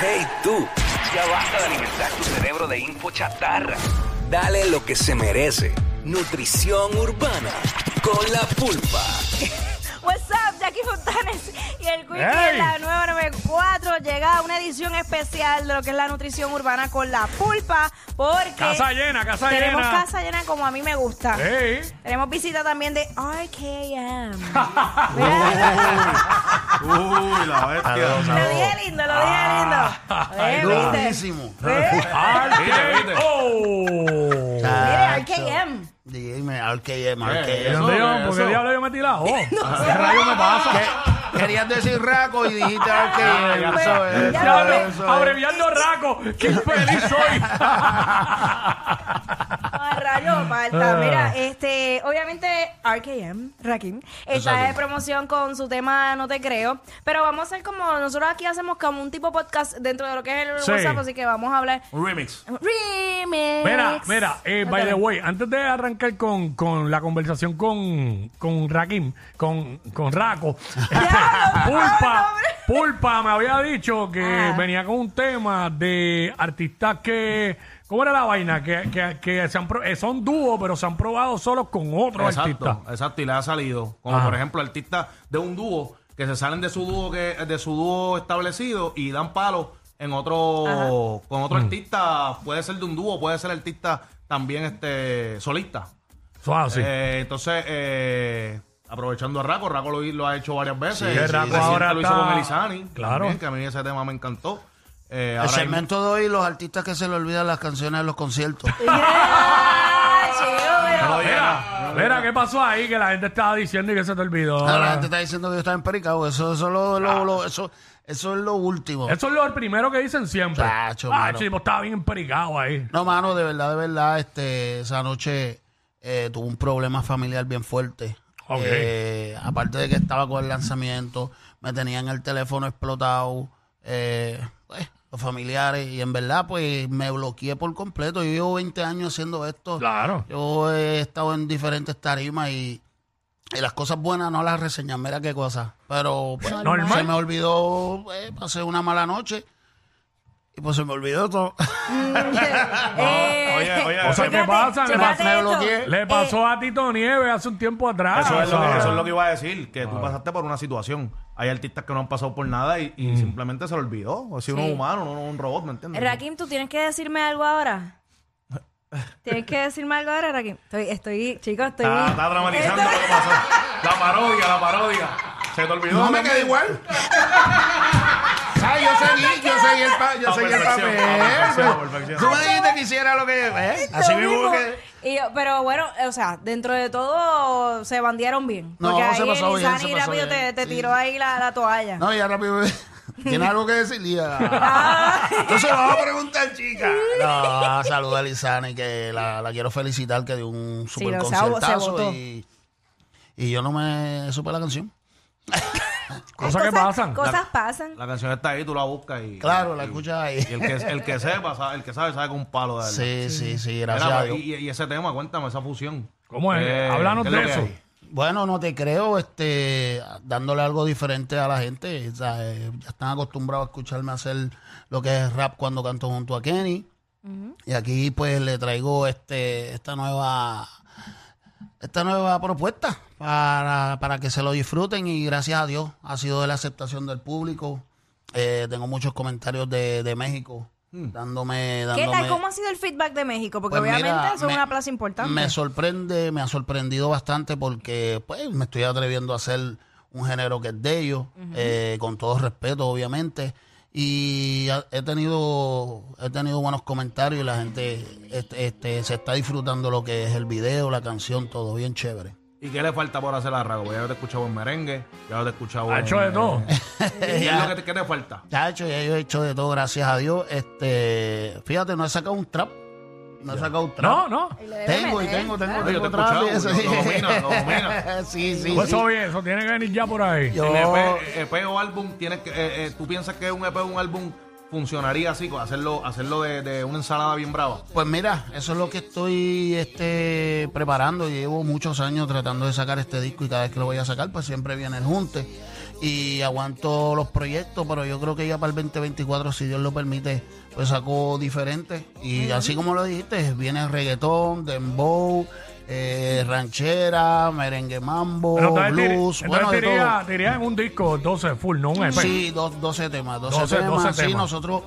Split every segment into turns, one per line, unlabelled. Hey tú, ya basta de alimentar tu cerebro de info chatarra. Dale lo que se merece. Nutrición urbana con la pulpa.
What's up, Jackie Fontanes y el Quickie
Hey.
de la 994 llega una edición especial de lo que es la nutrición urbana con la pulpa porque
Casa llena, casa
Eh, tenemos
llena.
casa llena como a mí me gusta.
Ey.
Tenemos visita también de RKM. Mira,
Uy, la
lo
bestia.
dije lindo, lo dije
Ah,
lindo. Eh, ¿viste?
Buenísimo.
Eh,
¡Oh!
Mire, RKM.
Dime, RKM,
Eh,
¿Dónde
RKM.
yo? ¿Por qué diablo yo metí la O?
¿Qué rayo me pasa? Querías decir Raco y dijiste RKM. Eso es,
Ah, Ya
eso
lo
es,
ve.
eso es.
abreviando Raco. ¡Qué feliz soy!
Ah, rayo, falta. Mira, este, obviamente RKM, Rakim, está de promoción con su tema No Te Creo, pero vamos a hacer como, nosotros aquí hacemos como un tipo podcast dentro de lo que es el
Sí.
WhatsApp, así que vamos a hablar.
Un remix.
Remix.
Mira, mira, eh,
No
by
te
the
creo.
way, antes de arrancar con, con la conversación con, con Rakim, con, con Raco, Pulpa,
hombre.
Pulpa me había dicho que
Ah.
venía con un tema de artistas que, ¿cómo era la vaina? Que, que, que se han pro- eh, son dúos, pero se han probado solos con otros artistas.
Exacto, exacto, y le ha salido. Como por ejemplo artistas de un dúo que se salen de su dúo que, de su dúo establecido y dan palos en otro con
Mm.
otro artista, puede ser de un dúo, puede ser artista también este solista.
Suave, sí.
Eh, entonces, eh, aprovechando a Raco, Raco lo, hi- lo ha hecho varias veces.
Sí, Raco
Reciente
ahora
lo
está-
hizo con Elizani.
Claro.
también, que a mí ese tema me encantó. Eh,
El
ahora mismo-
segmento de hoy, los artistas que se le olvidan las canciones de los conciertos.
Ah, chido,
No,
pero-
ya.
eh.
Mira, ¿qué pasó ahí? Que la gente estaba diciendo y que se te olvidó.
Ahora la gente está diciendo que yo estaba en Pericao. Eso, eso, es lo- lo- lo- eso, eso es lo último.
Eso es lo primero que dicen siempre.
Chacho,
ah,
mano.
chico, estaba bien pericado ahí.
No, mano, de verdad, de verdad, este, esa noche eh, tuve un problema familiar bien fuerte.
Ok.
Eh, aparte de que estaba con el lanzamiento, me tenían el teléfono explotado, eh, pues, los familiares, y en verdad, pues, me bloqueé por completo. Yo llevo 20 años haciendo esto.
Claro.
Yo he estado en diferentes tarimas y, y las cosas buenas no las reseñan, mira qué cosa. Pero pues,
Normal.
se me olvidó, eh, pasé una mala noche y pues se me olvidó todo.
Eh,
Ah, Oye, oye,
Ah. O sea,
eso
¿qué
chécate,
pasa? Le
chécate
pasó-
me
esto. Eh,
bloqueé.
Le pasó a Tito Nieves hace un tiempo atrás.
Eso es, lo que,
¿sabes?
eso es lo que iba a decir, que
Ah.
tú pasaste por una situación. Hay artistas que no han pasado por nada y,
Mm.
y simplemente se lo olvidó. O sea, uno
Sí.
es humano, no un robot, ¿me entiendes?
Rakim, tú tienes que decirme algo ahora. Tienes que decirme algo ahora, Rakim. Estoy, estoy, chicos, estoy.
Está, está dramatizando lo
Estoy-
que pasó. La parodia, la parodia. Se te olvidó.
No me
también.
quedé igual. ¿Sabes? Yo seguí, yo seguí el, pa- yo
A
seguí el
perfección,
papel.
a perfección, a
pues.
perfección.
Tú me dijiste que hiciera lo que. ¿eh?
Lo
Así mismo
mismo.
que.
Y yo- pero bueno, o sea, dentro de todo se bandieron bien.
No,
porque ahí
se pasó bien,
Lizani
se pasó
rápido
bien.
te, te
Sí.
tiró ahí la, la toalla.
No, y ahora me- ¿Tienes algo que decir? Y ya. Entonces vamos a preguntar, chica. No, saluda a Lizani, que la, la quiero felicitar, que dio un
Sí,
super
no, se abo- se
conciertazo
votó.
y, y yo no me supe la canción.
Cosas que pasan.
Cosas pasan.
La canción está ahí, tú la buscas y.
Claro, la
y-
escuchas ahí.
Y el que, el que sepa, sabe- el que sabe, sabe con un palo de algo.
Sí, sí, sí,
Mira, pues,
gracias a Dios.
y, y ese tema, cuéntame esa fusión.
¿Cómo es?
Eh,
Háblanos
¿qué es
de
lo que
eso.
hay?
Bueno, no te creo, este, dándole algo diferente a la gente. o sea, eh, ya están acostumbrados a escucharme hacer lo que es rap cuando canto junto a Kenny. Y aquí pues le traigo este, esta nueva, esta nueva propuesta para, para que se lo disfruten y gracias a Dios ha sido de la aceptación del público. Eh, tengo muchos comentarios de, de México dándome,
¿Qué
dándome.
tal? ¿Cómo ha sido el feedback de México? Porque
Pues
obviamente
mira,
eso
me-
es una plaza importante.
Me sorprende, me ha sorprendido bastante porque pues me estoy atreviendo a hacer un género que es de ellos, eh, con todo respeto, obviamente. Y ha- he tenido, he tenido buenos comentarios y la gente este, este, se está disfrutando lo que es el video, la canción, todo bien chévere.
¿Y qué le falta por hacer a Rago? Porque Ya te he escuchado en merengue, ya te he escuchado
Ha
en- eh,
hecho de todo.
¿Qué es lo que te, qué te falta?
Ya he hecho, ya yo he hecho de todo, gracias a Dios. Este, fíjate, no he sacado un trap. No he sacado un trap.
No, no.
Y le debe
Tengo, y
meter.
tengo, tengo,
Oye, yo te he
tengo trap.
escuchado,
y eso-
lo- lo domina, lo domina.
Sí, sí,
Pues
sí.
Eso bien, eso tiene que venir ya por ahí.
Yo-
El EP, EP E o álbum, tienes que, eh, eh, ¿tú piensas que un EP o un álbum funcionaría así, con hacerlo, hacerlo de, de una ensalada bien brava?
Pues mira, eso es lo que estoy este, preparando. Llevo muchos años tratando de sacar este disco y cada vez que lo voy a sacar, pues siempre viene el junte. y aguanto los proyectos, pero yo creo que ya para el 2024, si Dios lo permite, pues saco diferente. Y así como lo dijiste, viene reggaetón, dembow, eh, ranchera, merengue mambo,
Pero entonces, tiri-
blues,
entonces
bueno, de
diría,
todo.
diría en un disco 12 full, no un EP.
Sí, do- 12 temas, 12,
12
temas. sí,
pues. temas.
nosotros...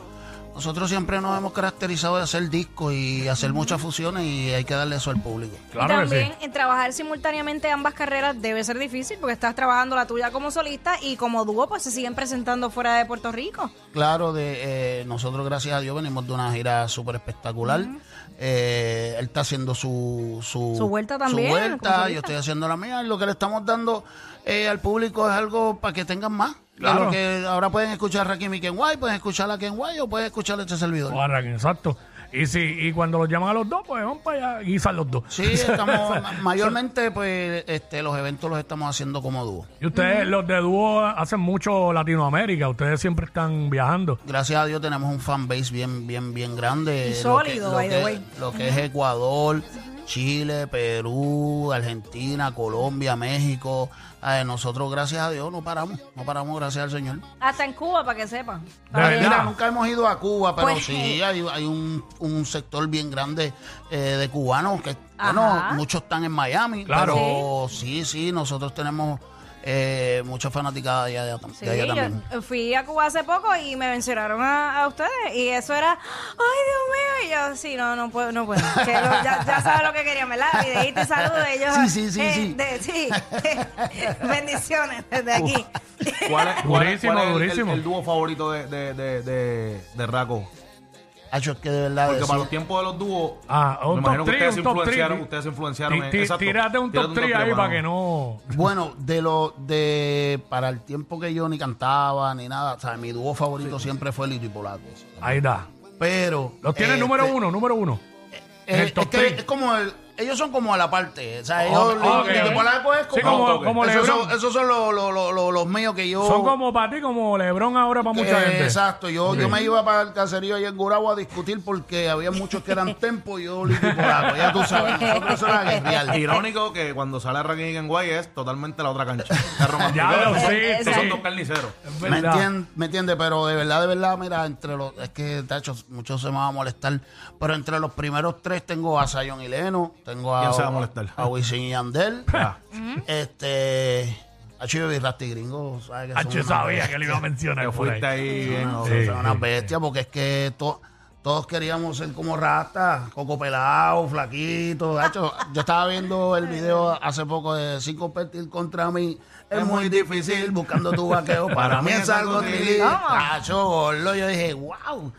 Nosotros siempre nos hemos caracterizado de hacer discos y hacer muchas fusiones y hay que darle eso al público.
Claro
y
que
también
sí.
eh, trabajar simultáneamente ambas carreras debe ser difícil porque estás trabajando la tuya como solista y como dúo pues se siguen presentando fuera de Puerto Rico.
Claro, de eh, nosotros gracias a Dios venimos de una gira súper espectacular. Eh, él está haciendo su, su,
Su vuelta también,
su
como
vuelta,
solista.
yo estoy haciendo la mía. y Lo que le estamos dando eh, al público es algo para que tengan más. de
Claro.
lo que ahora pueden escuchar aquí mi Kenway, pueden escuchar a Kenway o pueden escuchar a este servidor.
Ahora, exacto. Y, si, y cuando los llaman a los dos, pues van para allá y guisar los dos.
Sí, estamos ma- mayormente pues este, los eventos los estamos haciendo como dúo.
Y ustedes, los de dúo, hacen mucho Latinoamérica. Ustedes siempre están viajando.
Gracias a Dios tenemos un fanbase bien, bien, bien grande.
Y
Lo que-
sólido,
lo
by
que,
the way.
Lo que es Ecuador, Chile, Perú, Argentina, Colombia, México. Ay, nosotros, gracias a Dios, no paramos. No paramos, gracias al Señor.
Hasta en Cuba para que sepan.
De
Ay, mira,
Ah, verdad.
nunca hemos ido a Cuba, pero
Pues,
sí, hay, hay un, un sector bien grande eh, de cubanos que,
Ajá.
bueno, muchos están en Miami,
Claro.
pero sí, sí, nosotros tenemos eh, mucha fanaticada de allá, de
Sí,
allá
yo
también.
eh, fui a Cuba hace poco y me mencionaron a, a ustedes y eso era, ay Dios mío, y yo, sí, no, no puedo, no puedo. Que lo- ya, ya sabes lo que quería, ¿verdad? Videíto y saludos, y yo,
Sí, sí, sí,
eh,
sí.
de- sí. bendiciones desde aquí.
¿Cuál es, cuál es-
Durísimo,
cuál es el-
durísimo.
El, el dúo favorito de, de, de, de, de Raco?
Hacho, es que de verdad.
Porque
decir-
para los tiempos de los dúos,
Ah, un
me imagino
top
que
3,
ustedes
un
se
top
influenciaron,
3.
ustedes se influenciaron. en- exacto.
Tírate un top 3 ahí
mano.
para que no.
Bueno, de lo de para el tiempo que yo ni cantaba ni nada, o sea, mi dúo favorito siempre fue Lito y Polaco.
Ahí está.
Pero
Los tiene
este,
número uno, número uno. en
eh,
el
es,
top
que
three.
es como el- ellos son como a la parte, o sea, ellos
Ok,
Lito-
ok,
Lito y
ok.
Polaco es
Sí,
como,
como,
ok.
como
esos,
Lebron.
son, esos son los, los- los- los- los míos que
Oh.
yo
Son como para ti, como Lebron ahora para
eh,
mucha gente.
Exacto, yo, yo me iba para el caserío allá en Gurabo a discutir porque había muchos que eran tempo y yo Lito y Polaco, ya tú sabes, nosotros eso era guerrear.
Irónico que cuando sale Rakim en Guay es totalmente la otra cancha. Es romántico.
Ya lo sé.
Estos son dos carniceros.
Es
¿Me
verdad.
entiendes? ¿Me entiende? Pero de verdad, de verdad, mira, entre los. Es que, Tacho, muchos se me van a molestar. Pero entre los primeros tres tengo a Sayon y Leno. Tengo a.
¿Quién se va a molestar?
A Wisin y Yandel.
Ah.
este. Hacho y Rasti Gringo, ¿sabes? Que son
Hacho, yo
unas
sabía que
bestias.
le iba a mencionar.
Que
por ahí.
fuiste ahí bien.
No,
Sí,
son
sí.
unas bestias, porque es que to- todos queríamos ser como rastas, coco pelado, flaquito. Hacho, yo estaba viendo el video hace poco de sin competir contra mí. Es muy difícil buscando tu vaqueo. Para mí es algo difícil. Hacho, gordo, yo dije, wow.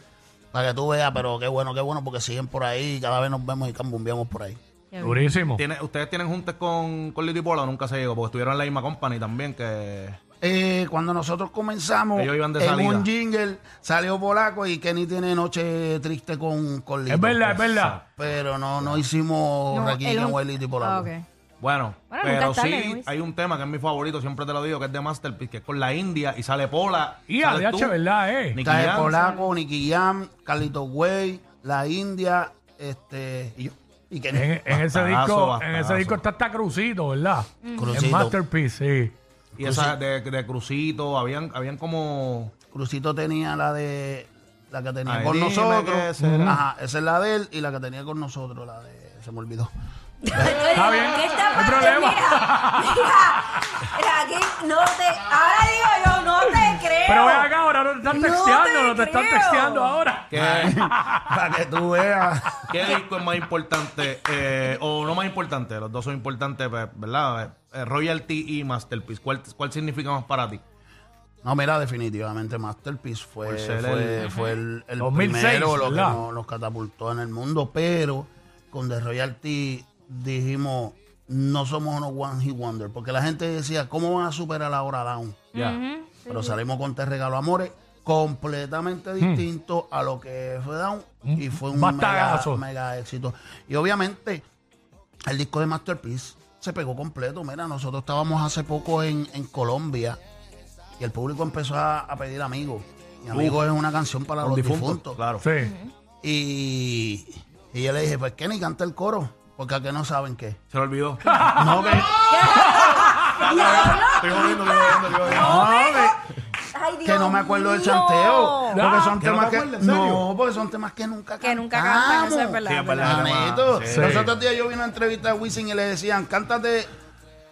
Para que tú veas, pero qué bueno, qué bueno, porque siguen por ahí. y Cada vez nos vemos y cambumbiamos por ahí.
Durísimo.
Tiene- ustedes tienen juntas con, con Lito y Polo, nunca se llegó, porque estuvieron en la misma company también, que
Eh, cuando nosotros comenzamos,
Ellos iban de
en
salida.
un jingle salió Polaco y Kenny tiene noche triste con, con Lito.
Es verdad, es verdad.
Pero no, no hicimos
No,
Raquín
el un-
con Wailito y Polaco.
Ah, ok.
bueno,
Bueno, nunca
pero
es
sí
tarde, Luis.
hay un tema que es mi favorito, siempre te lo digo, que es de Masterpiece, que es con la India y sale Pola.
Y
sales
ADH,
tú,
¿verdad? Eh?
Nicky
Está el
Jam,
Polaco, Nicky Jam, Carlito Way, la India, este, y yo. Y Kenny.
En, en ese
Bastarazo,
disco, en ese
bastarazo.
disco está hasta Crucito, ¿verdad? En
Crucito.
Masterpiece, sí.
Y esa de, de Crucito, habían, habían como...
Crucito tenía la de la que tenía
Ay,
con
Ah, dime
nosotros.
qué será.
Ajá, esa es la de él y la que tenía con nosotros, la de se me olvidó.
Está bien,
¿Qué está
no hay
pasando?
problema.
Mira, mira, aquí no te, ahora digo yo, no te creo.
Pero ve acá, ahora no te están
No
texteando,
te
no te están
creo.
texteando ahora.
¿Qué,
Para que tú veas.
qué disco es más importante? Eh, o no más importante, los dos son importantes, pues, ¿verdad? Eh, Royalty y Masterpiece, ¿cuál, cuál significa más para ti?
No, mira, definitivamente Masterpiece fue,
Por ser
fue,
el-
fue el, el
2006,
primero lo que
¿verdad?
nos, nos catapultó en el mundo, pero con The Royalty dijimos, no somos unos One Hit Wonder, porque la gente decía, ¿cómo van a superar la hora down?
Ya.
Pero salimos con Te Regalo Amores,
Hmm.
completamente distinto a lo que fue Down, y fue un mega,
Bastagazo.
mega éxito. Y obviamente, el disco de Masterpiece se pegó completo. Mira, nosotros estábamos hace poco en, en Colombia y el público empezó a, a pedir amigos. Y amigos es una canción para
Los
los
difuntos,
difuntos.
claro.
Sí.
Y, y yo le dije, pues Kenny canta el coro, porque a que no saben qué.
Se lo olvidó.
No, que-
¡Diablo!
Estoy jodiendo, estoy jodiendo, estoy jodiendo.
Ay, Dios
que no me acuerdo del
mío.
chanteo. Porque
Ah,
son
¿que no
temas
te
que.
acuerdas, en serio?
No, porque son temas que nunca
Que
cantamos.
nunca cantan, eso es verdad.
Sí, es verdad.
Manito.
Sí.
Los otros días yo vi una entrevista a Wisin y le decían, cántate.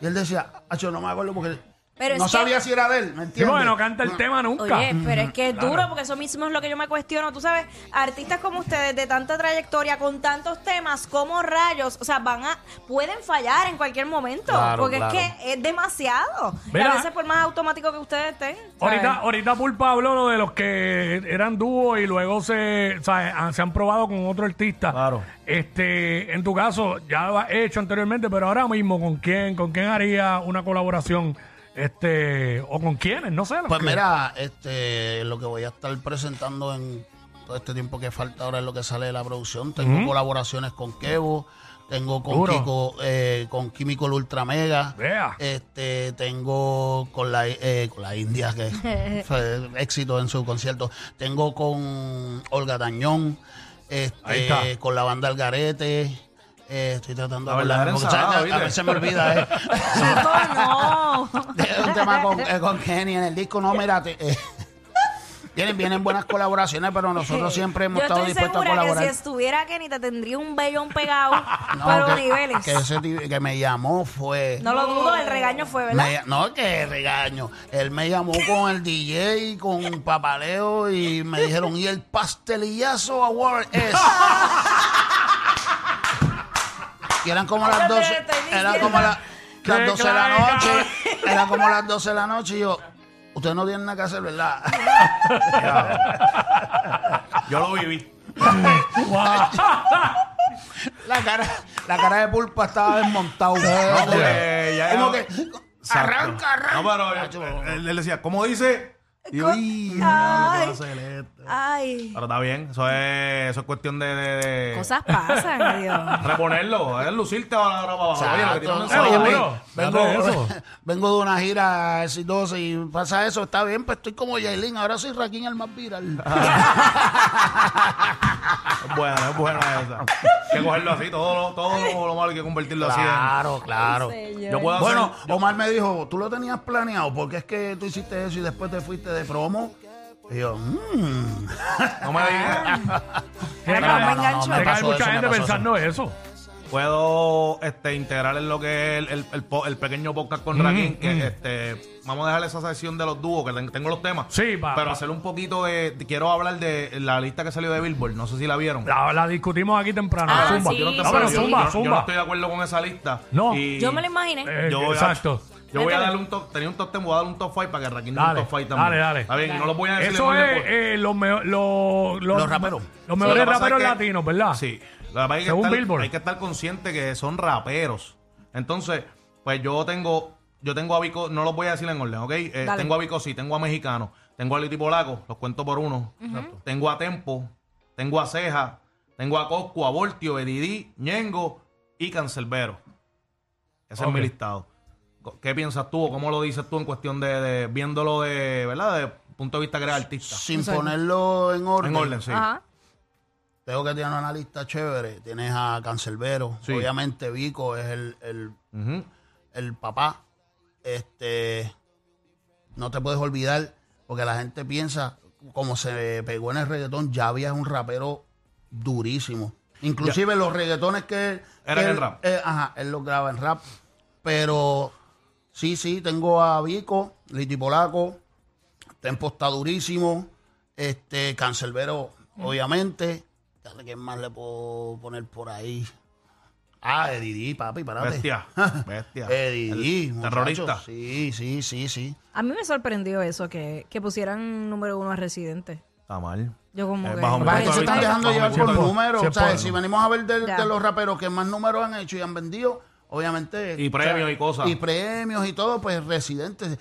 Y él decía, ah, yo no me acuerdo porque.
Pero
no
es que-
sabía si era de él, ¿me
Sí,
entiendes?
porque no canta el tema nunca. Mm,
Oye, pero es que es duro porque eso mismo es lo que yo me cuestiono. Tú sabes, artistas como ustedes de tanta trayectoria, con tantos temas, como rayos, o sea, van a, pueden fallar en cualquier momento.
Claro,
porque
claro.
es que es demasiado. Y
Mira.
a veces por más automático que ustedes estén. ¿sabes?
Ahorita, ahorita Pulpa habló lo de los que eran dúos y luego se, o sea, han- se han probado con otro artista.
Claro.
Este, en tu caso, ya lo has hecho anteriormente, pero ahora mismo, ¿con quién, con quién haría una colaboración? Este, o con quiénes, no sé. los
Pues
que-
mira, este, lo que voy a estar presentando en todo este tiempo que falta ahora es lo que sale de la producción. Tengo colaboraciones con Kevo, tengo con
Duro.
Kiko, eh, con Químico el Ultra Mega,
Vea.
este, tengo con la, eh, con la India, que fue éxito en su concierto, tengo con Olga Tañón,
Ahí está.
este, con la banda Algarete. Eh, estoy tratando
La
de
verdadera
acordarme, porque,
ensalada,
¿sabes? a, a
¿viste?
veces me olvida, eh.
Chico, no.
Es un tema con, eh, con Kenny en el disco. No, mira, te- eh, vienen, vienen buenas colaboraciones, pero nosotros siempre hemos
Yo
estado
estoy
dispuestos a
segura que si
colaborar.
estuviera Kenny te tendría un vellón pegado
No,
por los
que,
niveles.
que ese tío que me llamó fue.
no lo dudo, el regaño fue, ¿verdad?
me- no, que regaño. Él me llamó con el DJ, con papaleo y me dijeron, ¿y el pastelillazo award es? y eran como
Ahora
las
te
12.
estoy diciendo.
Eran como la- las
Qué
12 de la
clara.
noche. Eran como las 12 de la noche y yo, ustedes no tienen nada que hacer, ¿verdad?
Yo lo viví.
La cara, la cara de pulpa estaba desmontada.
No, porque ya-
como que arranca, Ah,
No,
arranca.
pero eh, él, él decía, ¿cómo dice? Y yo,
Co-
"Ih,
Ah.
Ay.
diablo, ¿cómo hacer esto?"
Ay,
Pero está bien, eso es, eso es cuestión de, de- de
cosas pasan, Dios.
reponerlo, es lucirte ahora para abajo. Oye, lo que tiene un
Exacto. Oye,
ensayo,
Oye,
¿eh?
bro,
vengo,
date eso.
vengo de una gira exitosa y pasa eso, está bien, pues estoy como Yailin, ahora soy Raquín el más viral.
Es buena, es buena esa. Hay que cogerlo así, todo lo, todo lo- lo malo hay que convertirlo así.
claro, claro.
en- Yo puedo
Bueno,
hacer.
Omar me dijo, tú lo tenías planeado, porque es que tú hiciste eso y después te fuiste de promo. Y yo, mmm.
No me digas.
Tiene que
no,
haber-
me enganchó.
tiene que haber mucha gente
pensando
pensando eso.
Puedo este, integrar en lo que es el, el- el po- el pequeño podcast con Raquín, que este, vamos a dejar esa sección de los dúos, que ten- tengo los temas.
Sí, va,
Pero
va.
hacer un poquito de, de- Quiero hablar de la lista que salió de Billboard, no sé si la vieron.
La, la discutimos aquí temprano.
Ah,
zumba.
sí,
Yo no te-
no, pero
yo- yo-
zumba,
yo- yo no
zumba.
estoy de acuerdo con esa lista.
No.
Y
Yo me lo imaginé.
Eh,
yo voy a-
exacto.
Yo voy a
Métele.
darle un top, tenía un top 10, voy a darle un top 5 para que Raquín dé un
Dale,
top 5 también.
dale, dale.
Está bien, y no lo voy a decir
Eso
en orden
es
por-
eh, los, meo- los- los-
Los raperos.
Los
Lo que
mejores
pasa
raperos
es que-
latinos, ¿verdad?
Sí. Lo que pasa es que
Según
estar-
Billboard.
hay que estar consciente que son raperos. Entonces, pues yo tengo, yo tengo a Vico, no los voy a decir en orden, ¿ok? Eh,
Dale.
tengo a Vico, sí, tengo a Mexicano, tengo a Liti Polaco, los cuento por uno. Exacto. Tengo a Tempo, tengo a Ceja, tengo a Cosco, a Voltio, Edidí, Ñengo y Cancelbero. Ese
Ok.
es mi listado. Co- ¿Qué piensas tú o cómo lo dices tú en cuestión de, de- viéndolo de, ¿verdad? De punto de vista que eres artista.
Sin ponerlo en orden.
En orden, sí.
Ajá.
Tengo que tener una lista chévere. Tienes a Cancelbero.
Sí.
Obviamente Vico es el, el,
Ujú.
el papá. Este, no te puedes olvidar, porque la gente piensa, como se pegó en el reggaetón, ya había un rapero durísimo. Inclusive los reggaetones que...
Eran
que
en
él-
rap.
eh, ajá, él los graba en rap. Pero sí, sí, tengo a Vico, Liti Polaco, Tempo está durísimo. Este, Cancelbero, obviamente. Dale, ¿Quién más le puedo poner por ahí? Ah, Didi, papi, parate.
Bestia. Bestia.
Eddie,
El terrorista.
Sí, sí, sí, sí.
A mí me sorprendió eso, que, que pusieran número uno a Residente.
Está mal.
Yo como
Eh,
que...
bajo mi
Para
Bueno,
que se
ahorita-
están dejando
vamos
llevar
a
por
decirlo.
números.
Sí,
O sea,
por-
si venimos a ver de,
Ya.
de los raperos que más números han hecho y han vendido, obviamente.
Y
o sea,
premios y cosas.
Y premios y todo, pues residentes.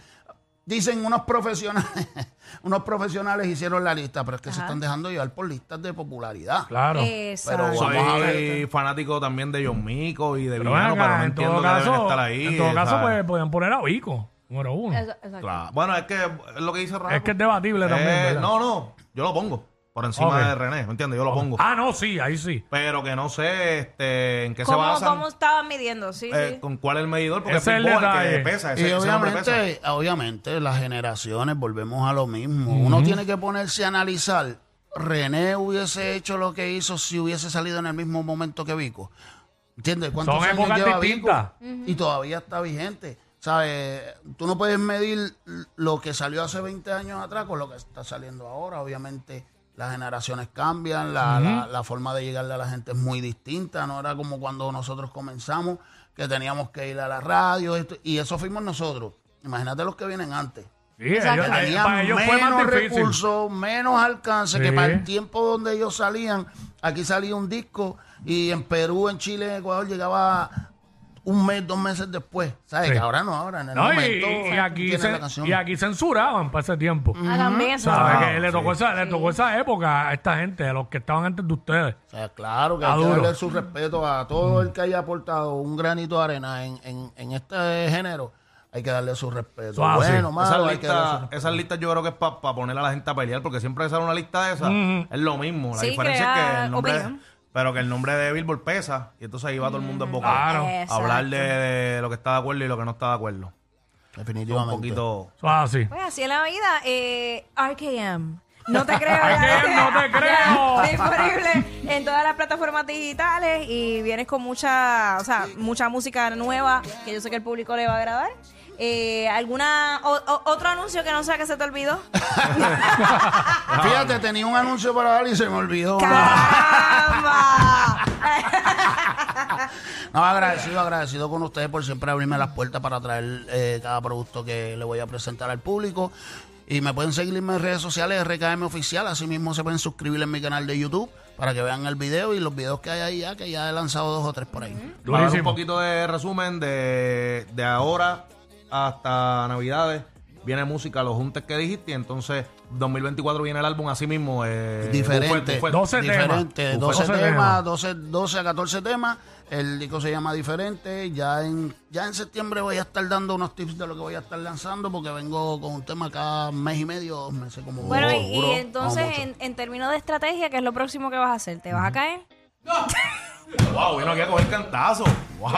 Dicen unos profesionales, unos profesionales hicieron la lista, pero es que se
Ajá.
están dejando llevar por listas de popularidad.
Claro.
Exacto.
Pero- Vamos a
Soy fanático también de John Mico y de
Pero
Villano,
ven
pero
acá,
no
en
entiendo
todo
que deben
caso,
estar ahí.
en todo caso,
¿sabes?
pues podían poner a Vico, número uno.
Esa- exacto.
Claro. Bueno, es que es lo que dice Rafa. Eh,
Es que es debatible también. ¿verdad?
no, no, yo lo pongo. por encima
Ok.
de René, ¿me entiendes? Yo lo pongo.
Ah, no, sí, ahí sí.
Pero que no sé este, en qué se
¿Cómo,
basan,
¿Cómo estaban midiendo? Sí,
eh,
sí.
con cuál es el medidor, porque
Ese es el
pitbull,
detalle.
que pesa, ese,
Y
ese hombre pesa.
obviamente, obviamente las generaciones, volvemos a lo mismo. Uno tiene que ponerse a analizar. René hubiese hecho lo que hizo si hubiese salido en el mismo momento que Vico. ¿Entiendes? ¿Cuántos
Son
años
épocas
lleva
distintas.
Vico? Y todavía está vigente. ¿Sabes? Tú no puedes medir lo que salió hace 20 años atrás con lo que está saliendo ahora. Obviamente las generaciones cambian, la, la- la forma de llegarle a la gente es muy distinta. No era como cuando nosotros comenzamos, que teníamos que ir a la radio. esto- y eso fuimos nosotros. Imagínate los que vienen antes.
Sí,
Exacto.
ellos- ahí-
Tenían
para ellos fue
menos
más difícil.
recursos, menos alcance, que
Sí.
para el tiempo donde ellos salían, aquí salía un disco y en Perú, en Chile, en Ecuador llegaba un mes, dos meses después. ¿Sabes?
Sí.
Que ahora no, ahora en el
No, y-
momento
y, y aquí
tienes
se-
la canción. Mm.
y aquí censuraban para ese tiempo.
Ah, también eso.
¿Sabes?
Wow,
que le tocó, esa, le tocó esa época a esta gente, a los que estaban antes de ustedes.
O sea, claro que
Está
hay que
duro.
darle su respeto a todo el que haya aportado un granito de arena en, en, en este género. Hay que darle su respeto.
Eso es así.
Bueno, malo,
Esas
hay que darle su
listas
respeto.
esas listas yo creo que es para poner a la gente a pelear, porque siempre que sale una lista de esas es lo mismo. La
Sí,
diferencia es que
crea
el nombre,
opinión.
pero que el nombre de Billboard pesa, y entonces ahí va todo el mundo en boca
Claro.
a hablar de, de lo que está de acuerdo y lo que no está de acuerdo. Un
Definitivamente.
poquito.
Eso es así.
Pues así es la vida. Eh, RKM. No te creo.
RKM,
ya.
no te creo.
Ya, disponible en todas las plataformas digitales y vienes con mucha, o sea, mucha música nueva que yo sé que el público le va a agradar. Eh, ¿Alguna o- o- otro anuncio que no sea que se te olvidó?
Fíjate, tenía un anuncio para dar y se me olvidó.
¡Caramba!
No, agradecido, agradecido con ustedes por siempre abrirme las puertas para traer eh, cada producto que le voy a presentar al público. Y me pueden seguir en mis redes sociales, RKM Oficial. Asimismo, se pueden suscribir en mi canal de YouTube para que vean el video y los videos que hay ahí ya, que ya he lanzado dos o tres por ahí.
Para dar un
Durísimo.
poquito de resumen de, de ahora hasta Navidades. Viene música, los juntes que dijiste, y entonces 2024 viene el álbum así mismo. eh,
Diferente.
Buffet, Buffet.
12 temas.
Diferente,
Uf,
12,
12
temas,
temas.
12, 12 a 14 temas. El disco se llama Diferente. Ya en, ya en septiembre voy a estar dando unos tips de lo que voy a estar lanzando porque vengo con un tema cada mes y medio, dos meses como
Bueno, y, y
duro, como
entonces,
mucho.
en, en términos de estrategia, ¿qué es lo próximo que vas a hacer? ¿Te vas a caer?
Wow, vino aquí a coger cantazo. Wow.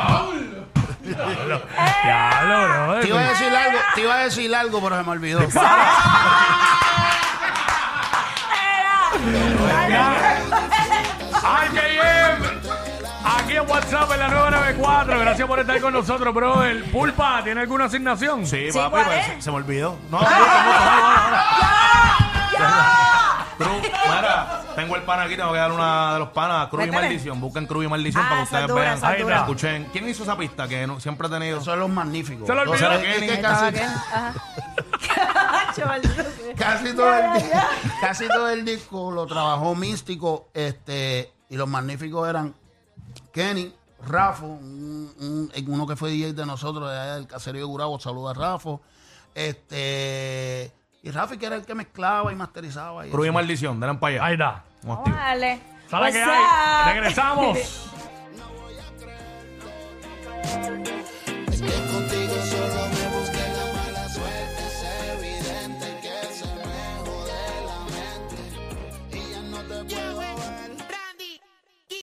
Diablo, brother.
Te iba a decir algo, te iba a decir algo, pero se me olvidó.
AJM, aquí en WhatsApp en la 994. Gracias por estar con nosotros, bro. El Pulpa, ¿tiene alguna asignación?
Sí,
Sí,
papi,
¿cuál
pues,
es?
se, se me olvidó. No, no, no,
Ah,
no, no, no. Cruz, mira, tengo el pana aquí, tengo que dar una de los panas, Cruz y
Métele.
Maldición. Busquen Cruz y Maldición
Ah,
para que
esa es
ustedes
dura,
vean.
esa
es Ahí dura. está.
Escuchen. ¿Quién hizo esa pista que no- siempre he tenido?
Eso es los magníficos.
Se lo olvidó.
Entonces, es que casi, casi todo el, di- casi todo el disco lo trabajó Místico, este, y los magníficos eran Kenny, Rafa, un- un- uno que fue DJ de nosotros, de allá del caserío de Gurabo, saluda a Rafa. Este, y Rafi que era el que mezclaba y masterizaba. y
Cruz y
eso.
Maldición, denle para
Ahí
allá.
está.
Un activo.
Vale.
¿Sabes qué
What's up?
hay? Regresamos.